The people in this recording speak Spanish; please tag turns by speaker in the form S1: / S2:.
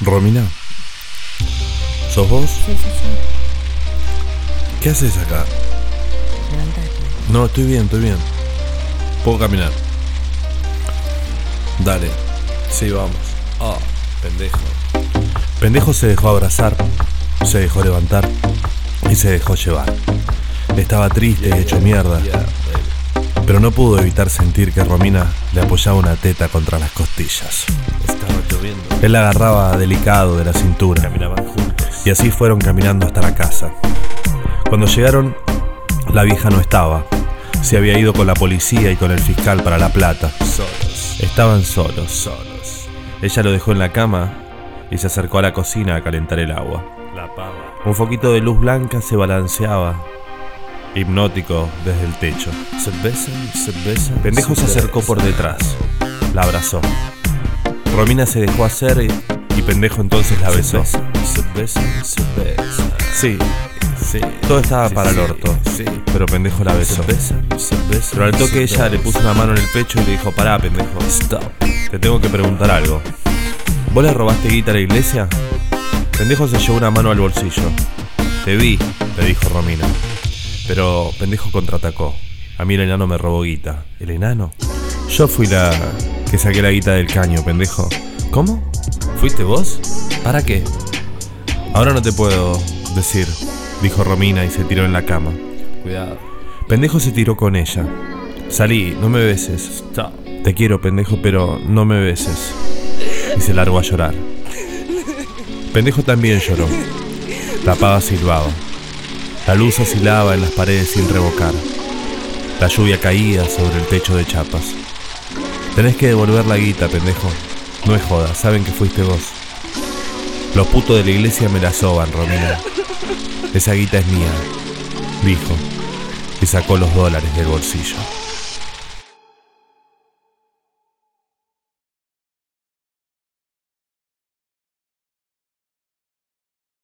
S1: Romina, ¿sos vos?
S2: Sí, sí, sí.
S1: ¿Qué haces acá?
S2: Levantate.
S1: No, estoy bien, estoy bien. Puedo caminar. Dale. Sí, vamos. Ah, pendejo. Pendejo se dejó abrazar, se dejó levantar y se dejó llevar. Estaba triste y hecho mierda, pero no pudo evitar sentir que Romina le apoyaba una teta contra las costillas.
S3: Estaba lloviendo.
S1: Él la agarraba delicado de la cintura.
S3: Caminaban juntos.
S1: y así fueron caminando hasta la casa. Cuando llegaron, la vieja no estaba. Se había ido con la policía y con el fiscal para La Plata.
S3: Solos.
S1: Estaban solos.
S3: Solos.
S1: Ella lo dejó en la cama y se acercó a la cocina a calentar el agua.
S3: La pava.
S1: Un foquito de luz blanca se balanceaba, hipnótico, desde el techo.
S3: Se besan, se besan.
S1: Pendejo se acercó por
S3: besan.
S1: detrás. La abrazó. Romina se dejó hacer y, y Pendejo entonces la besó.
S3: Se besan, se besan, se besan.
S1: Sí,
S3: Sí.
S1: todo estaba
S3: Sí,
S1: para el
S3: sí,
S1: orto,
S3: Sí.
S1: pero Pendejo la
S3: Se
S1: besó.
S3: besan, se besan.
S1: Pero al
S3: se
S1: toque ella le
S3: besan.
S1: puso una mano en el pecho y le dijo, pará, pendejo,
S3: Stop.
S1: te tengo que preguntar algo. ¿Vos le robaste guita a la iglesia? Pendejo se llevó una mano al bolsillo. Te vi, le dijo Romina. Pero pendejo contraatacó. A mí el enano me robó guita. ¿El enano? Yo fui la que saqué la guita del caño, pendejo. ¿Cómo? ¿Fuiste vos? ¿Para qué? Ahora no te puedo decir, dijo Romina y se tiró en la cama.
S3: Cuidado.
S1: Pendejo se tiró con ella. Salí, no me beses.
S3: Stop.
S1: Te quiero, pendejo, pero no me beses. Y se largó a llorar. Pendejo también lloró. La pava silbaba. La luz oscilaba en las paredes sin revocar. La lluvia caía sobre el techo de chapas. Tenés que devolver la guita, pendejo. No es joda, saben que fuiste vos. Los putos de la iglesia me la soban, Romina. Esa guita es mía, dijo, y sacó los dólares del bolsillo.